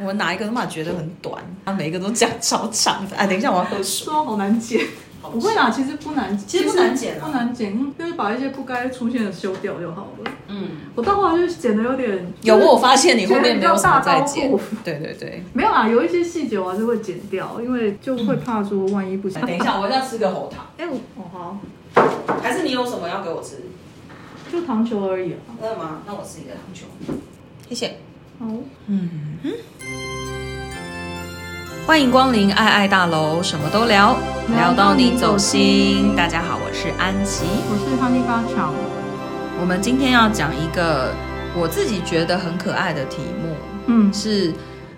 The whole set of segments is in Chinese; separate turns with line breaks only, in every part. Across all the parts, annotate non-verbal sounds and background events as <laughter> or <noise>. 我哪一个都嘛觉得很短，他每一个都讲超长的。哎，等一下我要喝水。
说好难剪，不会
啊
啦，其实不难，
其实不难剪啊
不难剪，嗯就是把一些不该出现的修掉就好了。
嗯，
我到后来就是剪的有点，
有
就是
我有发现你后面没有什么再
剪
剪
得比较大刀阔。
对对对，
没有啦，有一些细节我还是会剪掉，因为就会怕说万一不行。
哎等一，下我要吃个喉糖，
哎、我哦好，
还是你有什么要给我吃？
就糖球而已啊。
饿吗？那我吃一个糖球。谢谢。
好，
嗯，欢迎光临爱爱大楼，什么都聊，聊到你走心。大家好，我是安琪。
我是哈密巴强。
我们今天要讲一个我自己觉得很可爱的题目，
嗯，
是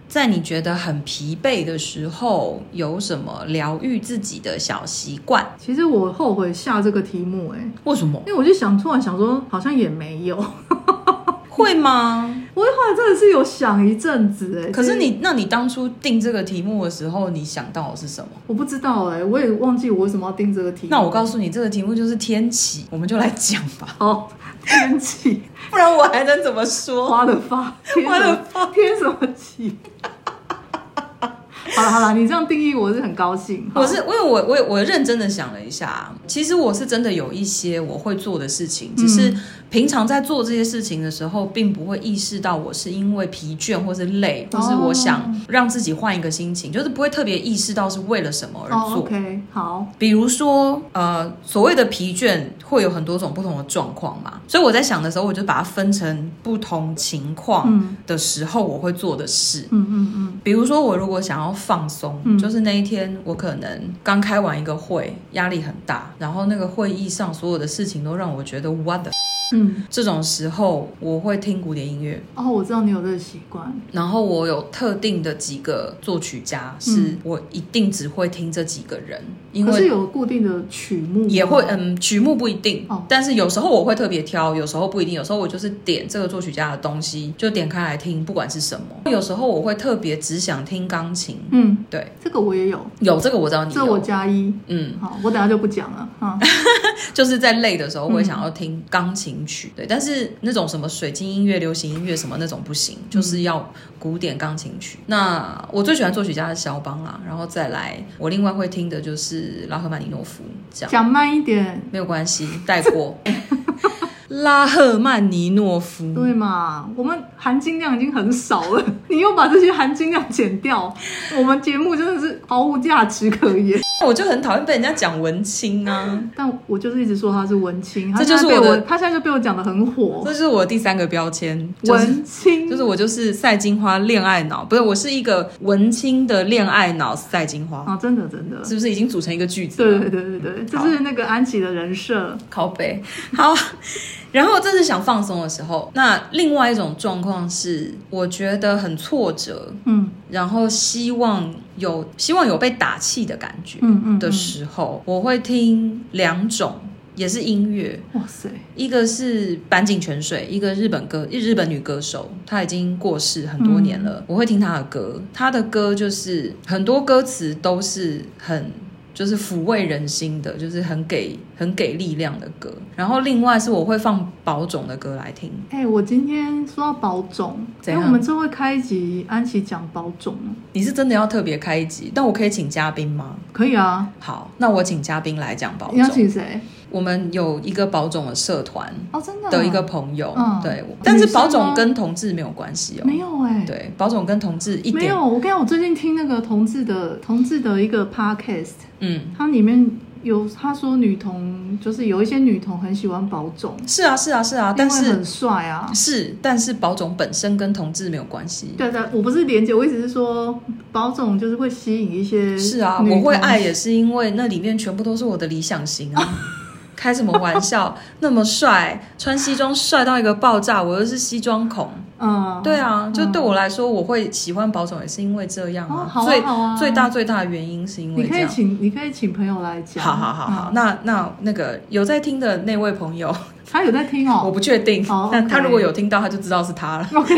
在你觉得很疲惫的时候，有什么疗愈自己的小习惯？
其实我后悔下这个题目、哎，
为什么
因为我就想突然想说，好像也没有。 <laughs>
会吗？
我后来真的是有想一阵子、哎，
可是
其实
你，那你当初定这个题目的时候，你想到的是什么？
我不知道哎、我也忘记我为什么要定这个题目。
那我告诉你，这个题目就是天启，我们就来讲吧，
哦，天气，
不然我还能怎么说？
花的发，天
花
什
的
么天什么气？ <laughs> 好了好了，你这样定义我是很高兴。好
我是因为我我我认真的想了一下，啊其实我是真的有一些我会做的事情，只
嗯
是平常在做这些事情的时候，并不会意识到我是因为疲倦或是累，或是我想
哦
让自己换一个心情，就是不会特别意识到是为了什么而
哦
做。
，OK，好，
比如说，呃，所谓的疲倦会有很多种不同的状况嘛，所以我在想的时候，我就把它分成不同情况
嗯
的时候我会做的事。
嗯嗯嗯，
比如说，我如果想要放松，
嗯
就是那一天我可能刚开完一个会，压力很大，然后那个会议上所有的事情都让我觉得 what the，
嗯，
这种时候我会听古典音乐。
哦，我知道你有这个习惯，
然后我有特定的几个作曲家，是我一定只会听这几个人，因
嗯可是
为
有固定的曲目吗
也会嗯曲目不一定
哦，
但是有时候我会特别挑，有时候不一定，有时候我就是点这个作曲家的东西就点开来听，不管是什么。有时候我会特别只想听钢琴，
嗯，
对，
这个我也有，
有这个我知道你
这
有，
我加一。
嗯。
好，我等下就不讲了。嗯，
就是在累的时候，我也想要听钢琴曲，对。但是那种什么水晶音乐、流行音乐什么那种不行，
嗯
就是要古典钢琴曲。那我最喜欢作曲家是肖邦啊，然后再来我另外会听的就是拉赫曼尼诺夫，这样
讲慢一点，
没有关系，带
<laughs>
过。拉赫曼尼诺夫，
对啊嘛？我们含金量已经很少了，你又把这些含金量减掉，我们节目真的是毫无价值可言。
我就很讨厌被人家讲文青啊，
<laughs> 但我就是一直说他是文青，他
这就是
现在被
我
我，
的
他现在就被我讲的很火
这，就是我第三个标签，就是
文青
就是我就是赛金花恋爱脑，不是，我是一个文青的恋爱脑赛金花，
啊，真的真的，
是不是已经组成一个句子？
对对对对对，这是那个安琪的人设，
靠背好。然后这是想放松的时候，那另外一种状况是，我觉得很挫折，
嗯
然后希望有希望有被打气的感觉
嗯嗯
的
嗯，
时候，我会听两种，也是音乐，
哇塞，
一个是坂井泉水，一个日本歌日本女歌手，她已经过世很多年
嗯
了。我会听她的歌，她的歌就是很多歌词都是很。就是抚慰人心的，就是很给很给力量的歌。然后另外是我会放宝冢的歌来听，
哎、我今天说到保种，
怎
因
样
为我们这会开一集安琪讲保种，
你是真的要特别开一集，但我可以请嘉宾吗？
可以啊，
好，那我请嘉宾来讲宝
你要
冢。
请谁？
我们有一个宝冢的社团
哦，真的啊
的一个朋友，
嗯
对，但是宝
女生
冢
吗
跟同志没有关系哦。
没有哎、
对，宝冢跟同志一
没
点
有，我跟你讲，我最近听那个同志的同志的一个 podcast，
嗯，
它里面有他说女童就是有一些女童很喜欢保种，
是啊，是啊，是啊，但
因为
是
很帅啊。
是，但是保种本身跟同志没有关系。
对对，我不是连接，我意思是说，保种就是会吸引一些
是啊，
女
我
童
会爱也是因为那里面全部都是我的理想型啊。开什么玩笑？那么帅，穿西装帅到一个爆炸，我又是西装控。
嗯，
对啊，就对
嗯
我来说，我会喜欢保种也是因为这样
哦
啊。
好啊
最
好啊
最大最大的原因是因为这
你可以
样。
请你可以请朋友来讲，
好好好好，
嗯，
那那那个有在听的那位朋友，
他有在听
我
哦。
不确定，
哦
但他
OK
如果有听到，他就知道是他了。
OK，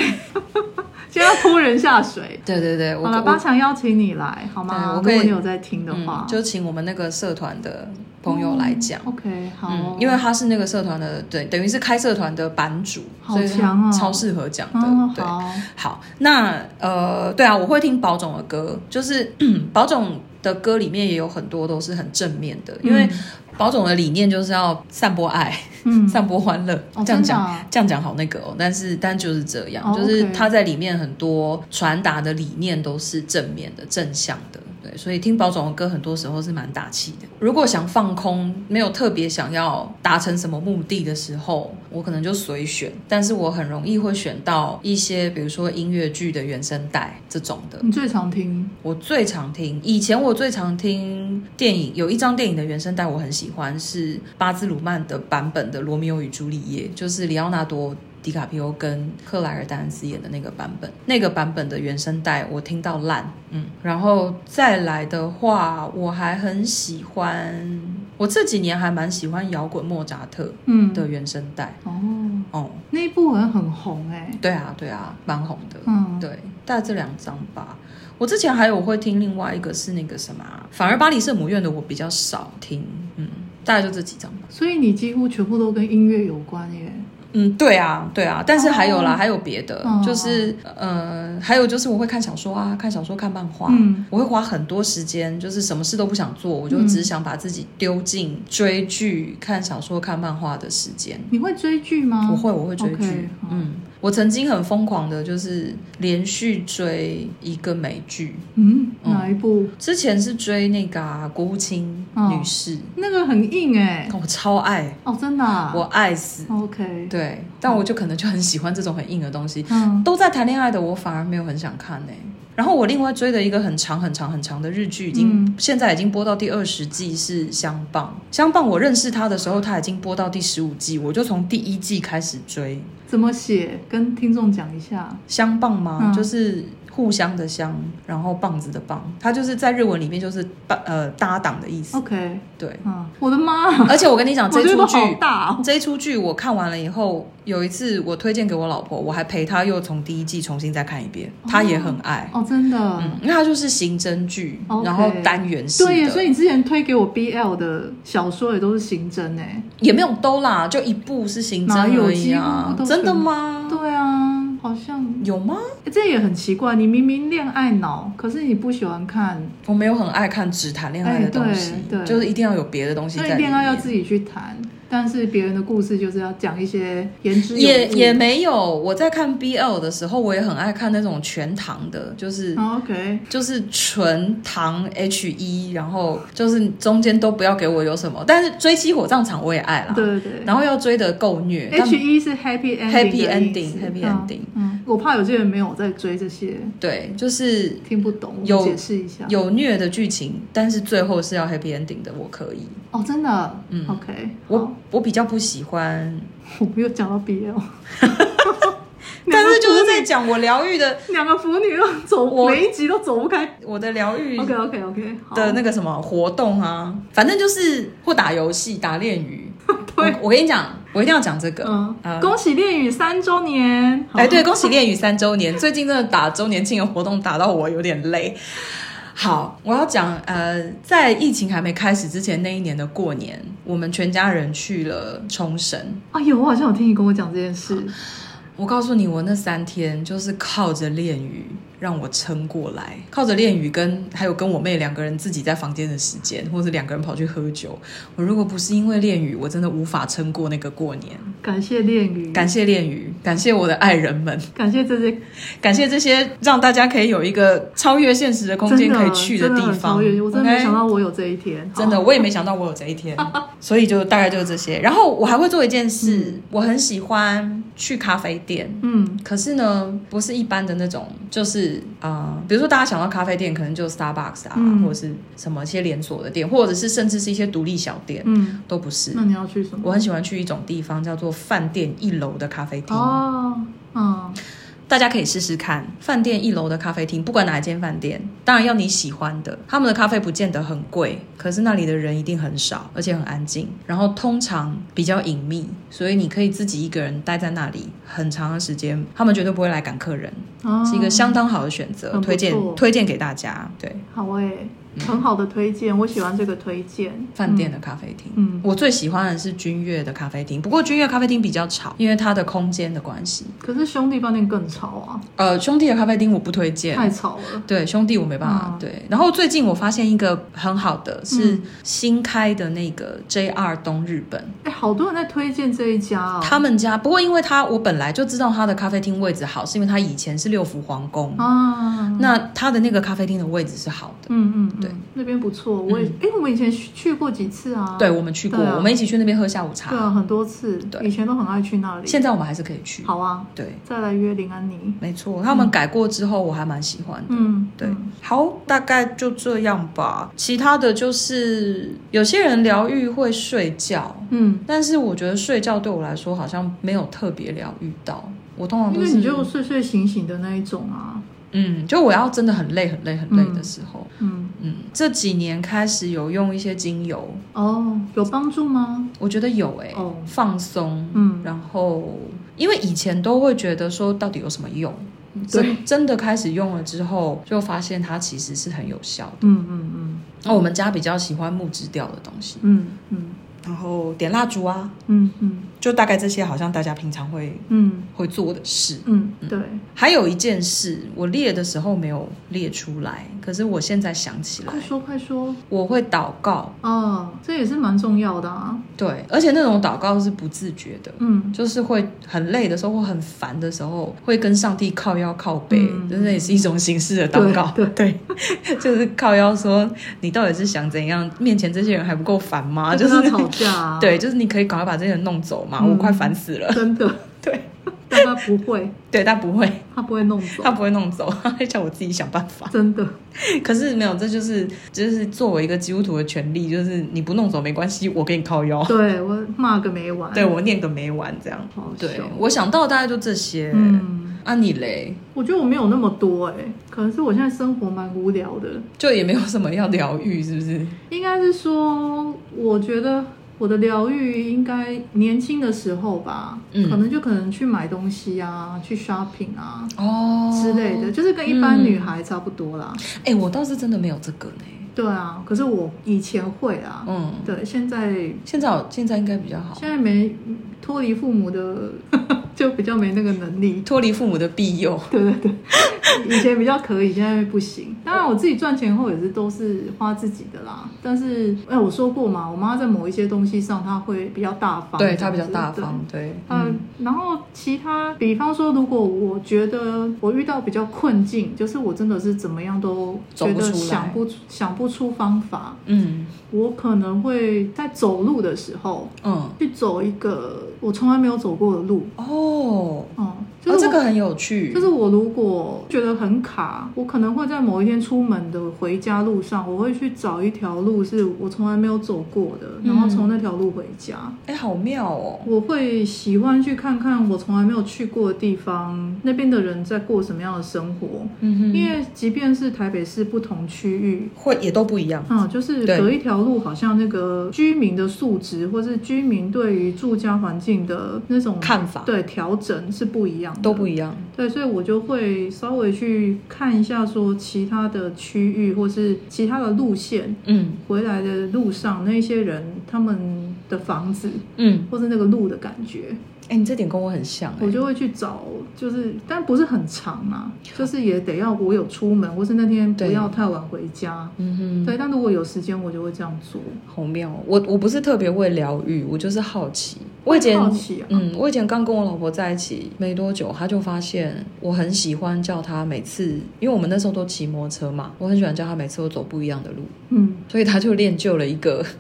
现在要拖人下水。
对对对，我
好了，
我
八强邀请你来好
对
吗？
我
如
可以嗯
果你有在听的话
嗯，，就请我们那个社团的朋友来讲。
OK，好，哦
嗯，因为他是那个社团的，对，等于是开社团的版主，
好
所以他
强哦
超适合讲的。
哦
对，
好，
好，那呃，对啊，我会听宝总的歌，就是 <clears throat> 宝总的歌里面也有很多都是很正面的，因为宝总的理念就是要散播爱、
嗯，
散播欢乐。
哦
这样
真的
讲、
啊
这样讲好那个哦，但是但就是这样，
哦
就是
，OK
他在里面很多传达的理念都是正面的、正向的。对，所以听宝总的歌很多时候是蛮打气的。如果想放空，没有特别想要达成什么目的的时候，我可能就随选，但是我很容易会选到一些，比如说音乐剧的原声带这种的。
你最常听
我最常听，以前我最常听电影，有一张电影的原声带我很喜欢，是巴兹鲁曼的版本的《罗密欧与朱丽叶》，就是里奥纳多。迪卡皮欧跟克莱尔·丹斯演的那个版本，那个版本的原声带我听到烂，嗯，然后再来的话，我还很喜欢，我这几年还蛮喜欢摇滚莫扎特
嗯
的原声带，
哦，
哦、
那一部好像很红哎、
对啊，对啊，蛮红的，
嗯，
对，大概这两张吧。我之前还有会听另外一个是那个什么啊，反而巴黎圣母院的我比较少听，嗯，大概就这几张吧。
所以你几乎全部都跟音乐有关耶。
嗯，对啊，对啊，但是还有啦，还有别的，
哦
就是呃，还有就是我会看小说啊，看小说看漫画，
嗯
我会花很多时间，就是什么事都不想做，我就
嗯
只想把自己丢进追剧、看小说、看漫画的时间。
你会追剧吗？
我会，我会追
OK，
剧
好。
嗯，我曾经很疯狂的，就是连续追一个美剧，
嗯，
嗯
哪一部？
之前是追那个、啊、国务卿
哦
女士，
那个很硬哎、
我超爱，
哦，真的、啊。
我爱死。
OK，
对，但我就可能就很喜欢这种很硬的东西。
嗯，
都在谈恋爱的，我反而没有很想看呢、然后我另外追的一个很长很长很长的日剧，已经、
嗯
现在已经播到第二十季，是《相棒》。《相棒》我认识他的时候，他已经播到第十五季，我就从第一季开始追。
怎么写？跟听众讲一下。
相棒吗？
嗯
就是互相的相，然后棒子的棒，它就是在日文里面就是搭呃搭档的意思。
OK，
对，
嗯，我的妈，
<laughs>
我
而且我跟你讲，这
觉得
出
都
剧
好大哦。
这一出剧我看完了以后，有一次我推荐给我老婆，我还陪她又从第一季重新再看一遍，她也很爱。
哦，真的。
嗯，因为它就是刑侦剧
OK
然后单元式的，
对耶，所以你之前推给我 BL 的小说也都是刑侦哎。
也没有都啦，就一部是刑
哪
侦
有
而已啊
几乎，都
真的
全
吗？
对啊，好像、
有吗？
欸这也很奇怪。你明明恋爱脑，可是你不喜欢看，
我没有很爱看只谈恋爱的
哎对
东西，
对
就是一定要有别的东西
所
在
以
里面。
恋爱要自己去谈。但是别人的故事就是要讲一些言之有
也
物
也没有，我在看 BL 的时候，我也很爱看那种全糖的，就是、
哦 OK，
就是纯糖 H 一，然后就是中间都不要给我有什么，但是追妻火葬场我也爱啦，
对对对。
然后要追的够虐，但
H E 是 happy ending 的
Happy
意思
ending，happy
嗯
ending
嗯，我怕有些人没有在追这些，
对，就是
听不懂，
有
我解释一下。
有虐的剧情，但是最后是要 happy ending 的，我可以，
哦，真的，
嗯
o k
我我比较不喜欢，
我没有讲到哦 BL，
<laughs> 但是就是在讲我疗愈的，
两个腐女都走，
我
每一集都走不开。
我的疗愈
OK OK OK，好
的那个什么活动啊，反正就是或打游戏、打练鱼。
<laughs> 对
我，我跟你讲，我一定要讲这个。
嗯，
呃
恭喜恋语三周年，
哎，对，恭喜恋语三周年！最近真的打周年庆的活动打到我有点累。好，我要讲，呃，在疫情还没开始之前那一年的过年，我们全家人去了冲绳。
啊，有，我好像有听你跟我讲这件事，
我告诉你，我那三天就是靠着练鱼让我撑过来，靠着练鱼跟还有跟我妹两个人自己在房间的时间，或者两个人跑去喝酒。我如果不是因为练鱼，我真的无法撑过那个过年。
感谢恋语，
感谢练鱼，感谢我的爱人们。
感谢这些
感谢这些让大家可以有一个超越现实的空间
真的
可以去
真的
地
很
方。
超越我真的没
OK？
想到我有这一天，
真的，我也没想到我有这一 <laughs> 天，所以就大概就是这些。然后我还会做一件事，我很喜欢去咖啡店。
嗯，
可是呢，不是一般的那种，就是啊、呃比如说大家想到咖啡店，可能就 Starbucks 啊，
嗯
或者是什么一些连锁的店，或者是甚至是一些独立小店，
嗯，
都不是。
那你要去什
我
么？
很喜欢去一种地方，叫做饭店一楼的咖啡厅。
哦，嗯，
大家可以试试看，饭店一楼的咖啡厅，不管哪一间饭店，当然要你喜欢的。他们的咖啡不见得很贵，可是那里的人一定很少，而且很安静，然后通常比较隐秘，所以你可以自己一个人待在那里很长的时间，他们绝对不会来赶客人，
哦
是一个相当好的选择，
很不错
推荐推荐给大家。对，
好哎、
嗯
很好的推荐，我喜欢这个推荐。
饭店的咖啡厅。
嗯，
我最喜欢的是君悦的咖啡厅，不过君悦咖啡厅比较吵，因为它的空间的关系。
可是兄弟饭店更吵啊，
呃，兄弟的咖啡厅我不推荐，
太吵了。
对兄弟我没办法、
哦
对。然后最近我发现一个很好的是
嗯
新开的那个 JR 东日本，
哎，好多人在推荐这一家哦。
他们家不过因为他我本来就知道他的咖啡厅位置好，是因为他以前是六福皇宫，
啊，
那他的那个咖啡厅的位置是好的。
嗯嗯，嗯
对，嗯
那边不错。我也，哎，我们以前去去过几次啊？
对，我们去过，
对啊
我们一起去那边喝下午
对
茶，
啊，很多次，
对
以前都很爱去那里。
现在我们还是可以去。
好啊，
对，
再来约林安妮。
没错，他们改过之后我还蛮喜欢的。
嗯，
对
嗯，
好，大概就这样吧。其他的就是有些人疗愈会睡觉，
嗯，
但是我觉得睡觉对我来说好像没有特别疗愈到。我通常
因
都
为
是
你就睡睡醒醒的那一种啊。
嗯，就我要真的很累很累很累的时候，
嗯，
嗯，这几年开始有用一些精油，
哦，有帮助吗？
我觉得有哎、
哦
放松，
嗯
然后因为以前都会觉得说到底有什么用，
对，
真真的开始用了之后，就发现它其实是很有效的。
嗯嗯嗯
那我们家比较喜欢木质调的东西，
嗯嗯
然后点蜡烛啊，
嗯嗯
就大概这些，好像大家平常会
嗯
会做的事。
嗯，对，
还有一件事，我列的时候没有列出来，可是我现在想起来
快，说快说。
我会祷告，
哦，这也是蛮重要的啊。
对，而且那种祷告是不自觉的。
嗯，
就是会很累的时候，或很烦的时候，会跟上帝靠腰靠背，
嗯
真的也是一种形式的祷告。
对
对 <laughs> 就是靠腰说你到底是想怎样？面前这些人还不够烦吗？
<laughs>
就
跟
是
他吵架、啊。，
<laughs> 对，就是你可以赶快把这些人弄走嘛，
嗯
我快烦死了。
真的。
<laughs> 对，
但他不会，
对，他不会，
他不会弄走
他。不会弄走， <laughs> 他会叫我自己想办法。
<laughs> 真的，
<laughs> 可是没有，这就是就是作为一个基督徒的权利，就是你不弄走没关系，我给你靠腰，
对我骂个没完。
哦对，我念个没完这样。
好
对
笑。
我想到大概就这些。
嗯，
啊，你嘞，
我觉得我没有那么多哎、可能是我现在生活蛮无聊的。
就也没有什么要疗愈，是不是？
应该是说，我觉得我的疗愈应该年轻的时候吧，
嗯
可能就可能去买东西啊，去 shopping 啊。
哦
之类的，。就是跟一般
嗯
女孩差不多啦。
哎、我倒是真的没有这个呢。
对啊，可是我以前会啊，
嗯，
对，现在
现在好现在应该比较好，
现在没脱离父母的， <laughs> 就比较没那个能力。
脱离父母的庇佑。
<laughs> 对对对，以前比较可以，现在不行。当然，我自己赚钱后也是都是花自己的啦。但是，哎、我说过嘛，我妈在某一些东西上，她会比较大方，
对他比较
这
大
样子对
方，对，
嗯，然后其他，比方说，如果我觉得我遇到比较困境，就是我真的是怎么样都
走
觉
不
得
出来
想不出想不出方法，
嗯
我可能会在走路的时候
嗯，
去走一个我从来没有走过的路，
哦，
哦、就
哦，
是
这
我、
个很有趣，
就是我如果觉得很卡，我可能会在某一天出门的回家路上，我会去找一条路是我从来没有走过的，然后从那条路回家。
哎、好妙哦。
我会喜欢去看看我从来没有去过的地方，那边的人在过什么样的生活。
嗯哼，
因为即便是台北市不同区域，
会也都不一样。
嗯，就是
对
隔一条路，好像那个居民的素质，或是居民对于住家环境的那种
看法
对调整是不一样的，
都不一样，
对，所以我就会稍微去看一下，说其他的区域或是其他的路线，
嗯
回来的路上那些人他们的房子，
嗯，
或是那个路的感觉，
哎、你这点跟我很像、哎
我就会去找，就是但不是很长啊，就是也得要我有出门，或是那天不
对
要太晚回家。
嗯
对，但如果有时间，我就会这样做。
哼，好妙哦。我我不是特别会疗愈，我就是好奇。我以前
好奇啊，
嗯，我以前刚跟我老婆在一起没多久，她就发现我很喜欢叫她每次，因为我们那时候都骑摩托车嘛，我很喜欢叫她每次都走不一样的路，
嗯，
所以她就练就了一个 <laughs>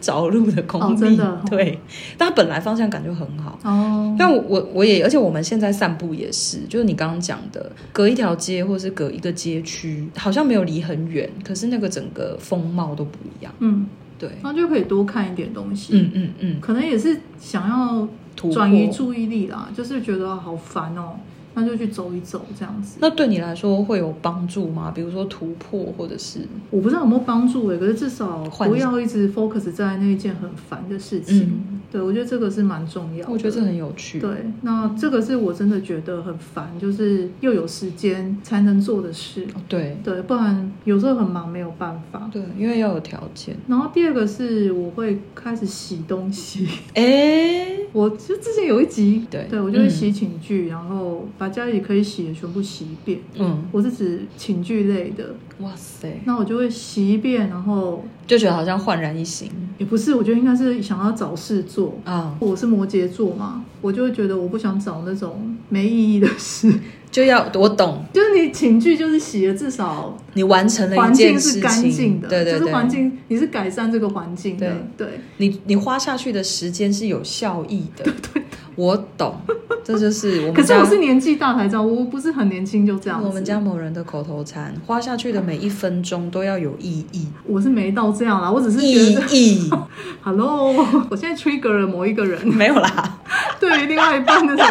着陆的功力。
哦真的哦
对，但她本来方向感就很好。
哦，
但我我我也，而且我们现在散步也是，就是你刚刚讲的，隔一条街或是隔一个街区，好像没有离很远，可是那个整个风貌都不一样。
嗯，
对，
然后就可以多看一点东西，
嗯嗯嗯，
可能也是想要
突破
转移注意力啦，就是觉得好烦哦，那就去走一走这样子。
那对你来说会有帮助吗？比如说突破，或者是
欸我不知道有没有帮助诶、可是至少
换
不要一直 focus 在那一件很烦的事情。
嗯
对，我觉得这个是蛮重要的。
我觉得这很有趣。
对，那这个是我真的觉得很烦，就是又有时间才能做的事。
哦对
对，不然有时候很忙没有办法。
对，因为要有条件。
然后第二个是我会开始洗东西， <laughs>
哎，
我就之前有一集，
对
对我就会
嗯
洗寝具，然后把家里可以洗的全部洗一遍。
嗯，
我是指寝具类的，
哇塞，
那我就会洗一遍，然后
就觉得好像焕然一新
也不是，我觉得应该是想要找事做。
啊、
我是摩羯座嘛，我就会觉得我不想找那种没意义的事，
就要我懂，
就是你寝具就是洗了，至少
你完成了
环
一件
境
事
是
情，
干净的，
对对对，
就是环境你是改善这个环境的，对
你你花下去的时间是有效益的，对对我懂，这就是我
可
们
是
家
我是年纪大才知道，我不是很年轻就这样子。
我们家某人的口头禅，花下去的每一分钟都要有意义，
我是没到这样啦，我只是
意
觉得
义
<laughs> ，Hello，我现在 trigger 了某一个人，
没有啦，
对于另外一半那种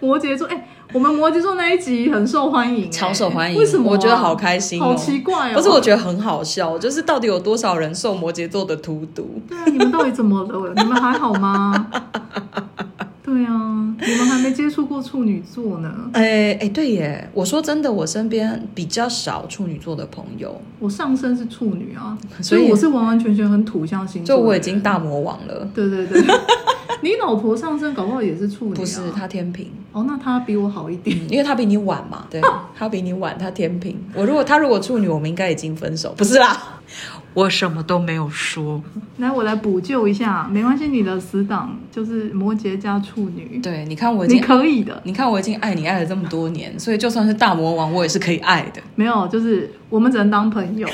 摩羯座，哎、我们摩羯座那一集很受欢迎、哎
超受欢迎，
为什么啊、
我觉得好开心、哦，
好奇怪哦。
不是，我觉得很好笑，就是到底有多少人受摩羯座的荼毒？
对啊，你们到底怎么了？你们还好
<laughs>
吗？对啊，你们还没接触过处女座呢。
哎哎，对耶！我说真的，我身边比较少处女座的朋友，
我上身是处女啊，
<laughs> 所
所
以
以我是完完全全很土象星座
就
的人。
我已经大魔王了。
对对对， <laughs> 你老婆上身搞不好也是处女、啊，
不是他天平，
哦，那她比我好一点。 <laughs>
嗯因为他比你晚嘛，对他比你晚，他天平。我如果他如果处女，我们应该已经分手，不是啦？我什么都没有说。
来，我来补救一下，没关系，你的死党就是摩羯加处女，
对，你看我已
你
经，
可以的。
你看我已经爱你爱了这么多年，所以就算是大魔王，我也是可以爱的。
没有，就是我们只能当朋友。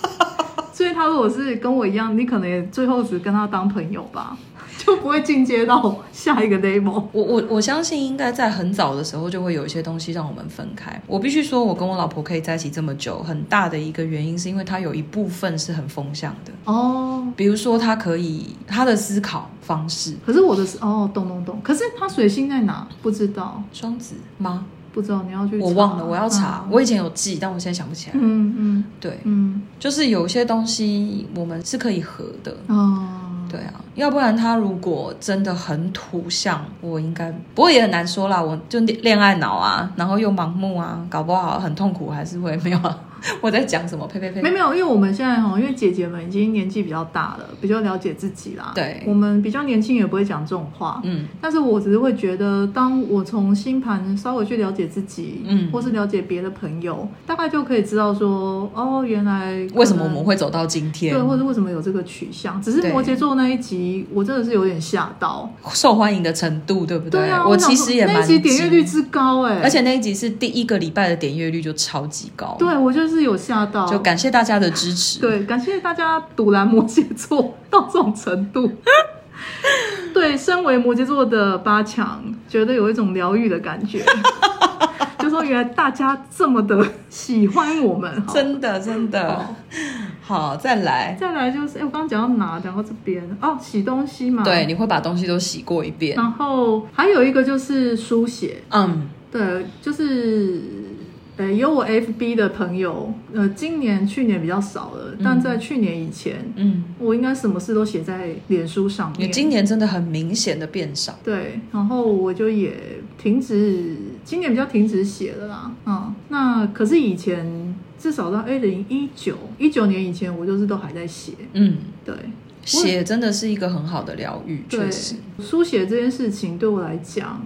<laughs> 所以他如果是跟我一样，你可能也最后只跟他当朋友吧， <laughs> 就不会进阶到下一个 level。
我我我相信应该在很早的时候就会有一些东西让我们分开。我必须说，我跟我老婆可以在一起这么久，很大的一个原因是因为她有一部分是很风向的，
哦，
比如说她可以她的思考方式，
可是我的是哦，懂懂懂。可是他水星在哪？不知道，
双子吗？
不知道，你要去
我
查
忘了，我要查。
嗯
我以前有记，但我现在想不起来。
嗯
对，
嗯
就是有些东西我们是可以合的。
嗯哦，
对啊，要不然他如果真的很土象，我应该不过也很难说啦。我就恋爱脑啊，然后又盲目啊，搞不好很痛苦，还是会没有啊。 <laughs> 我在讲什么？呸呸
没
呸！
没有，因为我们现在哈，因为姐姐们已经年纪比较大了，比较了解自己啦。
对
我们比较年轻也不会讲这种话。
嗯，
但是我只是会觉得，当我从星盘稍微去了解自己，
嗯
或是了解别的朋友，大概就可以知道说，哦，原来
为什么我
可能
们会走到今天
对，？或者为什么有这个取向。只是
对
摩羯座那一集，我真的是有点吓到。
受欢迎的程度，对不
对啊，
我
想
其
说
实也
那
蛮
一集点阅率
惊
之高哎、
而且那一集是第一个礼拜的点阅率就超级高，
对我就是有吓到，
就感谢大家的支持。
对，感谢大家堵拦摩羯座 <laughs> 到这种程度。对，身为摩羯座的八强，觉得有一种疗愈的感
<laughs>
觉，就说原来大家这么的喜欢我们。好
真的真的。好，再来。
再来就是，哎、我刚刚讲到哪？讲到这边哦，洗东西嘛。
对，。你会把东西都洗过一遍。
然后还有一个就是书写，
嗯，
对，就是呃，有我 FB 的朋友，呃，今年、去年比较少了，但在去年以前，
嗯，
我应该什么事都写在脸书上
你
面。
今年真的很明显的变少。
对，然后我就也停止，今年比较停止写了啦。嗯，那可是以前至少到二零一九一九年以前，我就是都还在写。
嗯，
对，
写真的是一个很好的疗愈，
对
确实。，
书写这件事情对我来讲，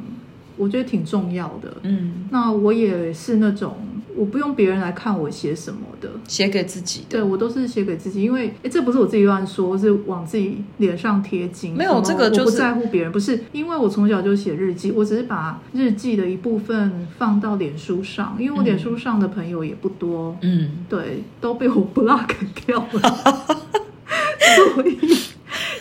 我觉得挺重要的。
嗯，
那我也是那种我不用别人来看我写什么的，
写给自己的。
对我都是写给自己，因为诶这不是我自己乱说，是往自己脸上贴金。
没有
什么
这个就是
我不在乎别人，不是因为我从小就写日记，我只是把日记的一部分放到脸书上，因为我
嗯
脸书上的朋友也不多，
嗯，
对，都被我 block 掉了， <laughs> 所以。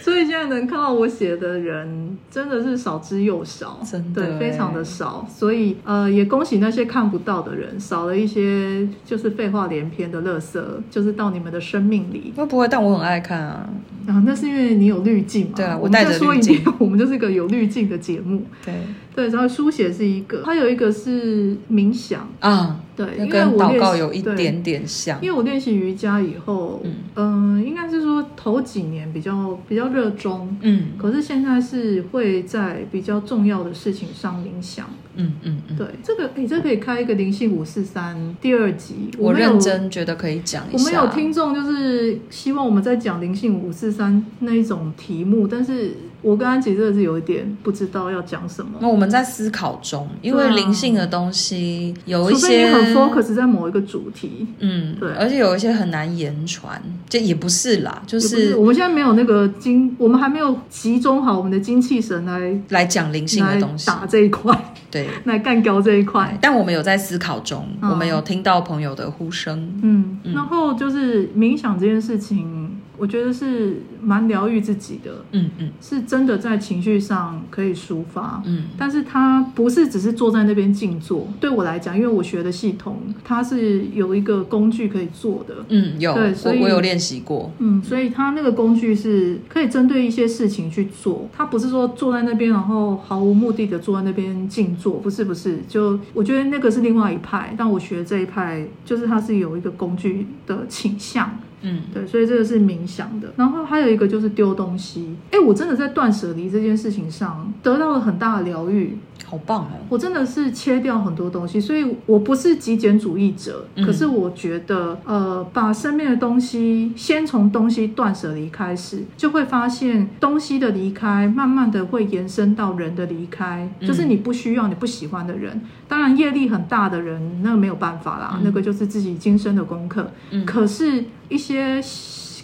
所以现在能看到我写的人真的是少之又少，
真的
对，
欸
非常的少。所以呃，也恭喜那些看不到的人，少了一些就是废话连篇的垃圾，就是到你们的生命里。
会不会？但我很爱看啊。
啊，那是因为你有滤镜嘛。
对啊我
我们
带
再
着
说
滤
一
镜
遍，我们就是一个有滤镜的节目。
对，
对，然后书写是一个，还有一个是冥想。
啊，
对，
那
因为
跟
我
祷
练
告
习
有一
对
点点像
因为我练习瑜伽以后，嗯、应该是说头几年比较比较热衷，
嗯
可是现在是会在比较重要的事情上冥想。
嗯嗯嗯，
对，这个诶，这可以开一个灵性五四三第二集，
我
们有
认。真觉得可以讲一
我们
下。
有听众就是希望我们在讲灵性五四三那一种题目，但是我跟安琪真的是有一点不知道要讲什么
那，我们在思考中，因为
对啊
灵性的东西有一
除非
些
你很 focus 在某一个主题，
嗯，
对
而且有一些很难言传，这也不是啦，就
也不是
是
我们现在没有那个精，我们还没有集中好我们的精气神来
来讲灵性
来
的东西，
打这一块，
对。
来干掉这一块。
但我们有在思考中，
嗯
我们有听到朋友的呼声，
嗯，然后就是冥想这件事情，我觉得是蛮疗愈自己的，
嗯嗯
是真的在情绪上可以抒发。
嗯
但是它不是只是坐在那边静坐，对我来讲，因为我学的系统，它是有一个工具可以做的，
嗯，有，
对
我
所以
我有练习过，
嗯，所以它那个工具是可以针对一些事情去做，它不是说坐在那边然后毫无目的的坐在那边静坐，不是不是，就我觉得那个是另外一派，但我学这一派就是它是有一个工具的倾向，
嗯
对，所以这个是冥想的。然后还有一个就是丢东西，哎，我真的在断舍离这件事情上得到了很大的疗愈，
好棒哦，
我真的是切掉很多东西，所以我不是极简主义者，
嗯
可是我觉得，呃，把身边的东西先从东西断舍离开始，就会发现东西的离开，慢慢的会延伸到人的离开，
嗯
就是你不需要、你不喜欢的人。当然，业力很大的人，那个没有办法啦，
嗯
那个就是自己今生的功课。
嗯
可是，一些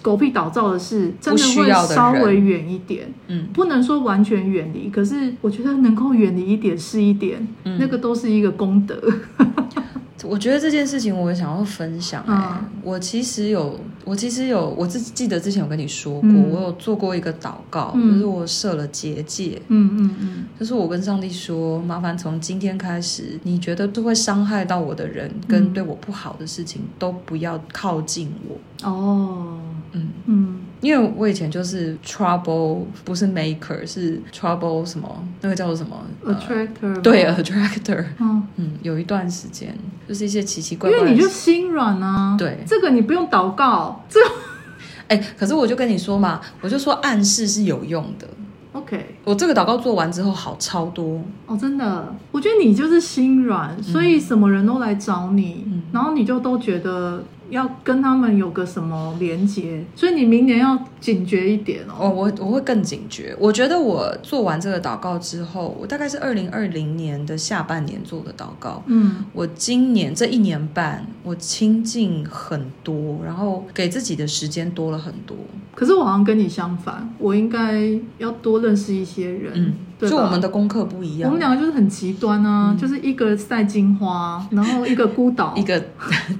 狗屁倒灶的事，真的
不需
会
要的人
稍微远一点。
嗯
不能说完全远离，可是我觉得能够远离一点是一点，
嗯，
那个都是一个功德。 <laughs>
我觉得这件事情我也想要分享、欸。
嗯
我其实有，我其实有，我自己记得之前有跟你说过，
嗯
我有做过一个祷告，
嗯
就是我设了结界，
嗯嗯嗯
就是我跟上帝说，麻烦从今天开始，你觉得都会伤害到我的人跟
嗯
对我不好的事情都不要靠近我。，
哦，
嗯，
嗯
因为我以前就是 trouble，不是 maker，是 trouble 什么，那个叫做什么？呃，
嗯，attractor，
对，，attractor。
嗯，
嗯，有一段时间就是一些奇奇怪
因
怪的事，
为你就心软啊，
对
这个你不用祷告，这个
哎、可是我就跟你说嘛，我就说暗示是有用的。
OK。
我这个祷告做完之后，好超多。
哦，真的，我觉得你就是心软，所以什么人都来找你，
嗯
然后你就都觉得要跟他们有个什么连接，所以你明年要警觉一点
哦，
哦。
我我会更警觉。我觉得我做完这个祷告之后，我大概是二零二零年的下半年做的祷告。
嗯
我今年这一年半，我清静很多，然后给自己的时间多了很多。
可是我好像跟你相反，我应该要多认识一些人，
嗯，
对吧
就我们的功课不一样。嗯
我们两个就是很极端啊，就是一个赛金花，然后一个孤岛，
<laughs> 一个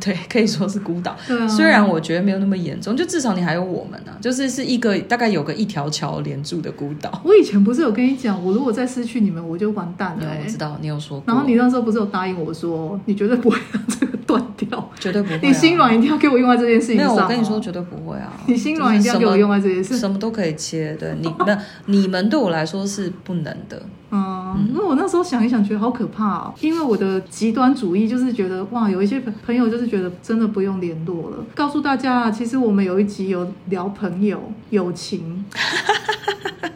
对，可以说是孤岛。
对
<laughs>
啊，
虽然我觉得没有那么严重，就至少你还有我们啊，就是是一个大概有个一条桥连住的孤
<laughs>
岛。
我以前不是有跟你讲，我如果再失去你们，我就完蛋了、
有，我知
欸。
道你有说过。
然后你那时候不是有答应我说，你绝对不会让这个断
<laughs>
掉，
绝对不会、啊，
你心软一定要给我用在这件事情
没
上、
有，
哦。
我跟你说，绝对不会啊。
你心软一定要给我用在这件
就是
事。
什么，什么都可以切。对你，那
<laughs>
你们对我来说是不能的。
嗯，因为我那时候想一想，觉得好可怕哦，因为我的极端主义就是觉得哇，有一些朋友就是觉得真的不用联络了。告诉大家啊，其实我们有一集有聊朋友友
<laughs>
情，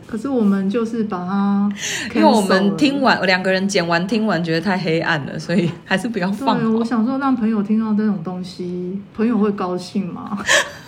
可是我们就是把它 cancel 了，
<laughs> 因为我们听完两个人剪完听完，觉得太黑暗了，所以还是不要放
对，啊我
好。
想说让朋友听到这种东西，朋友会高兴吗？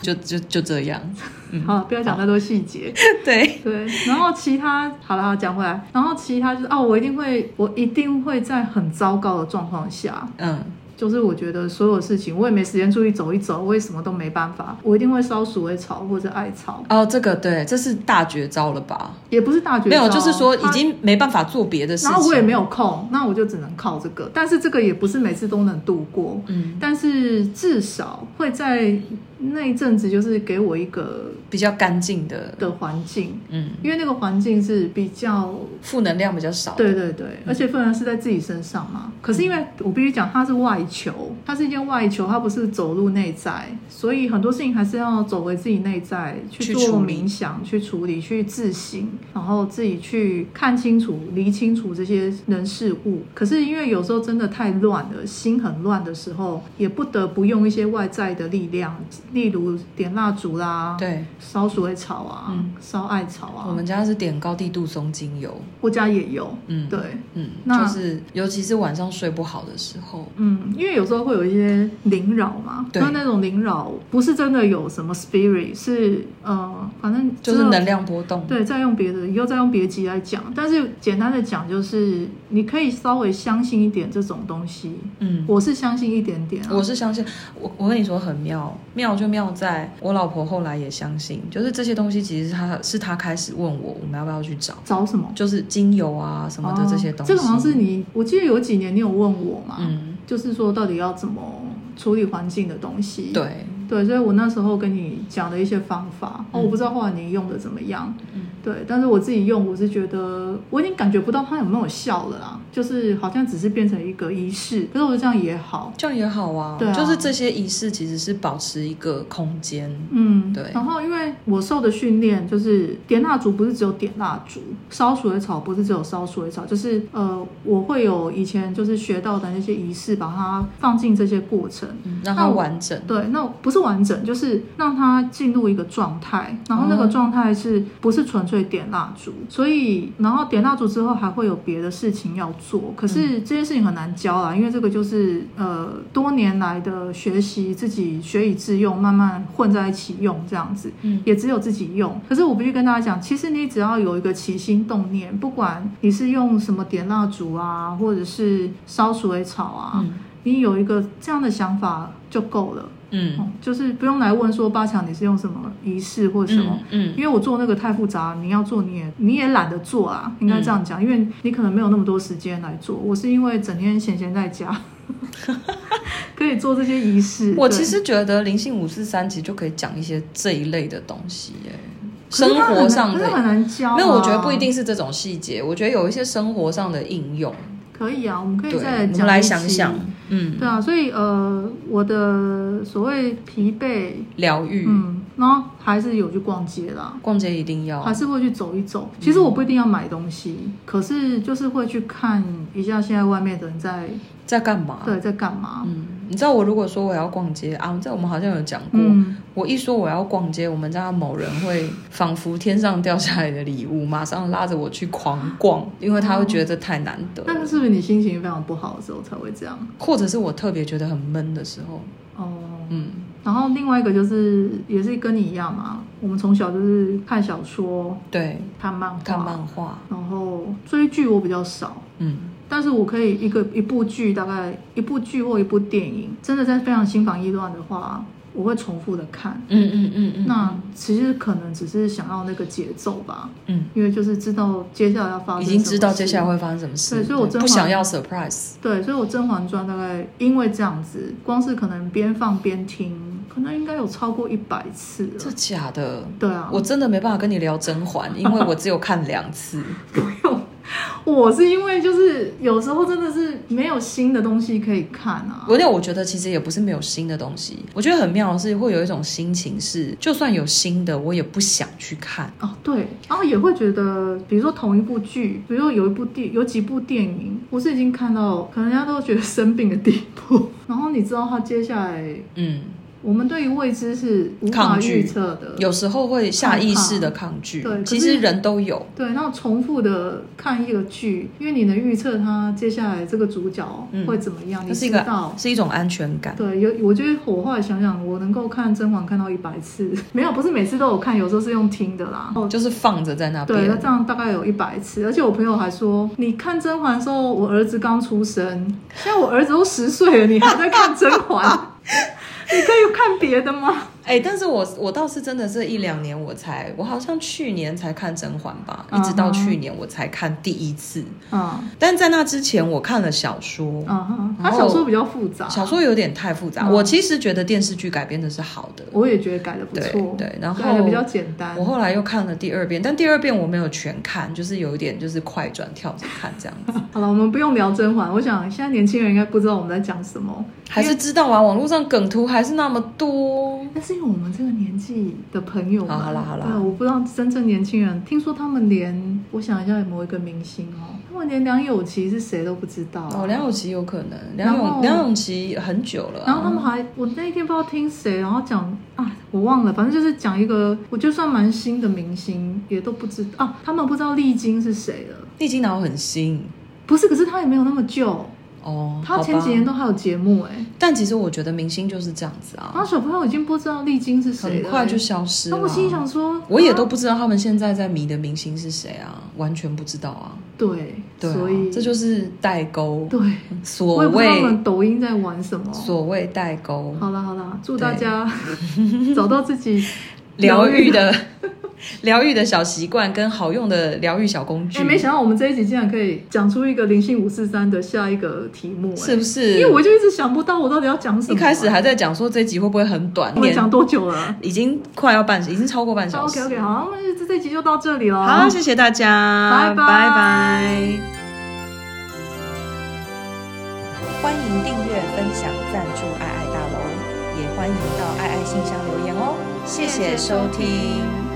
就就就这样。 <laughs> 嗯
好，不要讲太多细节。
对，
对，然后其他好了，讲回来，然后其他就是哦，我一定会，我一定会在很糟糕的状况下，
嗯
就是我觉得所有事情我也没时间出去走一走，我也什么都没办法，我一定会烧鼠尾草或者艾草，
哦，这个对，这是大绝招了吧？
也不是大绝
没有，
招
就是说已
它
经没办法做别的事情。
然后我也没有空，那我就只能靠这个。但是这个也不是每次都能度过，
嗯
但是至少会在那一阵子就是给我一个
比较干净的，
的环境，
嗯，
因为那个环境是比较，
负能量比较少。
对对
嗯
对，而且分然是在自己身上嘛。可是因为我必须讲，它是外求，它是一件外求，它不是走入内在，所以很多事情还是要走回自己内在
去
去做
处理
冥想、去处理、去自省，然后自己去看清楚、理清楚这些人事物。可是因为有时候真的太乱了，心很乱的时候，也不得不用一些外在的力量，例如点蜡烛啦，
对，
烧鼠尾草啊
嗯，
烧、艾草啊，
我们家是点高地杜松精油，
我家也有，
嗯，，
对，
嗯，
那
就是尤其是晚上睡不好的时候，
嗯，因为有时候会有一些灵扰嘛，
对
那那种灵扰不是真的有什么 spirit，是呃，反正
就是
之后
能量波动。
对，再用别的，以后再用别集来讲。但是简单的讲，就是你可以稍微相信一点这种东西。
嗯，
我是相信一点点、啊，
我是相信，我我跟你说很妙，妙就妙在我老婆后来也相信，就是这些东西其实是她是她开始问我，我们要不要去找，
找什么
就是精油啊什么的
哦
这些东西。
这个好像是你，我记得有几年你有问我嘛，
嗯，
就是说到底要怎么处理环境的东西。
对，
对，所以我那时候跟你讲的一些方法，哦，
嗯
我不知道后来你用的怎么样，
嗯
对，但是我自己用，我是觉得我已经感觉不到它有没有效了啦，就是好像只是变成一个仪式，可是我觉得这样也好，
这样也好啊。
对啊
就是这些仪式其实是保持一个空间。
嗯，
对
然后因为我受的训练就是点蜡烛，不是只有点蜡烛，烧鼠尾草不是只有烧鼠尾草，就是呃，我会有以前就是学到的那些仪式，把它放进这些过程，
嗯让它
那我
完整，
对，那不是完整，就是让它进入一个状态，然后那
哦
个状态是不是纯粹点蜡烛？所以，然后点蜡烛之后还会有别的事情要做，可是这些事情很难教啦，因为这个就是呃多年来的学习，自己学以致用，慢慢混在一起用这样子。
嗯，
也只有自己用。可是我必须跟大家讲，其实你只要有一个起心动念，不管你是用什么点蜡烛啊，或者是烧鼠尾草啊，
嗯
你有一个这样的想法就够了。
嗯，
嗯，就是不用来问说八强你是用什么仪式或者什么。
嗯，
因为我做那个太复杂，你要做你也你也懒得做啊，应该这样
嗯
讲，因为你可能没有那么多时间来做。我是因为整天闲闲在家，
<laughs>
可以做这些仪式。
我
对
其实觉得灵性五四三其实就可以讲一些这一类的东西耶，
可
生
是它很
活
难
上
可是
的
很难教、啊。
没有，我觉得不一定是这种细节，我觉得有一些生活上的应用。
可以啊，我们可以
对，
再
我
讲
们来
一
想
期
想，嗯，
对啊，所以呃，我的所谓疲惫，
疗愈，
嗯，然后还是有去逛街啦，
逛街一定要
还，是会去走一走。其实我不一定要买东西，
嗯
可是就是会去看一下现在外面的人在
在干嘛？
对在干嘛。
嗯，你知道我如果说我要逛街啊，在我们好像有讲过，
嗯，
我一说我要逛街，我们家某人会仿佛天上掉下来的礼物，马上拉着我去狂逛，因为他会觉得太难得，
那是不是你心情非常不好的时候才会这样？
或者是我特别觉得很闷的时候，
哦，
嗯，
然后另外一个就是也是跟你一样嘛，我们从小就是看小说、
对，
看漫画，
看漫画，
然后追剧我比较少，
嗯，
但是我可以一个一部剧，大概一部剧或一部电影，真的在非常心烦意乱的话，我会重复的看。
嗯嗯嗯嗯，
那其实可能只是想要那个节奏吧，
嗯，
因为就是知道接下来要发生，
已经知道接下来。会发生什么事，
对所以我
对
真
不
的
想要 surprise，
对，所以我《甄嬛传》大概因为这样子，光是可能边放边听，可能应该有超过一百次
这
了。
假的。
对啊，
我真的没办法跟你聊甄嬛，因为我只有看两
<laughs>
次。
我是因为就是有时候真的是没有新的东西可以看啊。
而且我觉得其实也不是没有新的东西，我觉得很妙的是会有一种心情是，就算有新的，我也不想去看。
哦，对，然后也会觉得，比如说同一部剧，比如说有一部电，有几部电影，我是已经看到，可能人家都觉得生病的地步。 <laughs> 然后你知道他接下来，
嗯，
我们对于未知是无
抗
法
拒
预测的，
有时候会下意识的抗拒
对，可是
其实人都有。
对，然后重复的看一个剧，因为你能预测他接下来这个主角
嗯
会怎么样，
它
你
是一
知
个
道。
是一种安全感，
对，有我觉得我后来想想，我能够看《甄嬛》看到一百次，没有，不是每次都有看，有时候是用听的啦。哦，
就是放着在那
对，那
边
这。样大概有一百次，而且我朋友还说，你看《甄嬛》的时候，我儿子刚出生，
<laughs>
现在我儿子都十岁了，你还在看《甄嬛》，你可以看别的吗？
哎、但是我我倒是真的是一两年我才，我好像去年才看《甄嬛》吧，一直到
嗯哼
去年我才看第一次。
嗯
但在那之前，我看了小说，
嗯哼，
然
他
后
小说比较复杂，
小说有点太复杂。
嗯
我其实觉得电视剧改编的是好的，
我也觉得改的不
对
错，
对然后
改的比较简单
我。后来又看了第二遍，但第二遍我没有全看，就是有一点就是快转跳着看这样
<laughs>
子，
好了，我们不用聊甄嬛，我想现在年轻人应该不知道我们在讲什么，
还是知道啊，网络上梗图还是那么多。
那是因为我们这个年纪的朋友们，
好好啦好啦
对，啊我不知道真正年轻人，听说他们连我想一下有某一个明星哦，他们连梁咏琪是谁都不知道、
哦，梁咏琪有可能，
然
梁
后
咏梁咏琪很久了啊、
然后他们还，我那一天不知道听谁，然后讲啊，我忘了，反正就是讲一个，我就算蛮新的明星，也都不知道啊，他们不知道丽晶是谁了，
地精脑很新
不是，可是他也没有那么旧，
哦，
他前几年
都，
都还有节目哎、
但其实我觉得明星就是这样子啊，
然后小朋友已经不知道丽晶是谁
很
了、
快就消失
那
了。
我心里想说，
我也都
啊
不知道他们现在在迷的明星是谁啊，完全不知道啊。
对，
对啊、
所以
这就是代沟，
对。 <laughs>
所
我也不知道他
谓
们抖音在玩什么。
所谓代沟，
好啦好啦，祝
对
大家
<laughs>
找到自己
疗愈。的 <laughs> 疗愈的小习惯跟好用的疗愈小工具，
哎、没想到我们这一集竟然可以讲出一个灵性五四三的下一个题目、哎
是不是？
因为我就一直想不到我到底要讲什么、
一开始还在讲说这集会不会很短，
我们讲多
<laughs>
久了
已经快要半，已经超过半小时。
？OK OK，好，那就这这集就到这里了。
好，谢谢大家，
拜拜
拜拜欢迎订阅、分享、赞助爱爱大楼，也欢迎到爱爱信箱留言哦。谢谢收听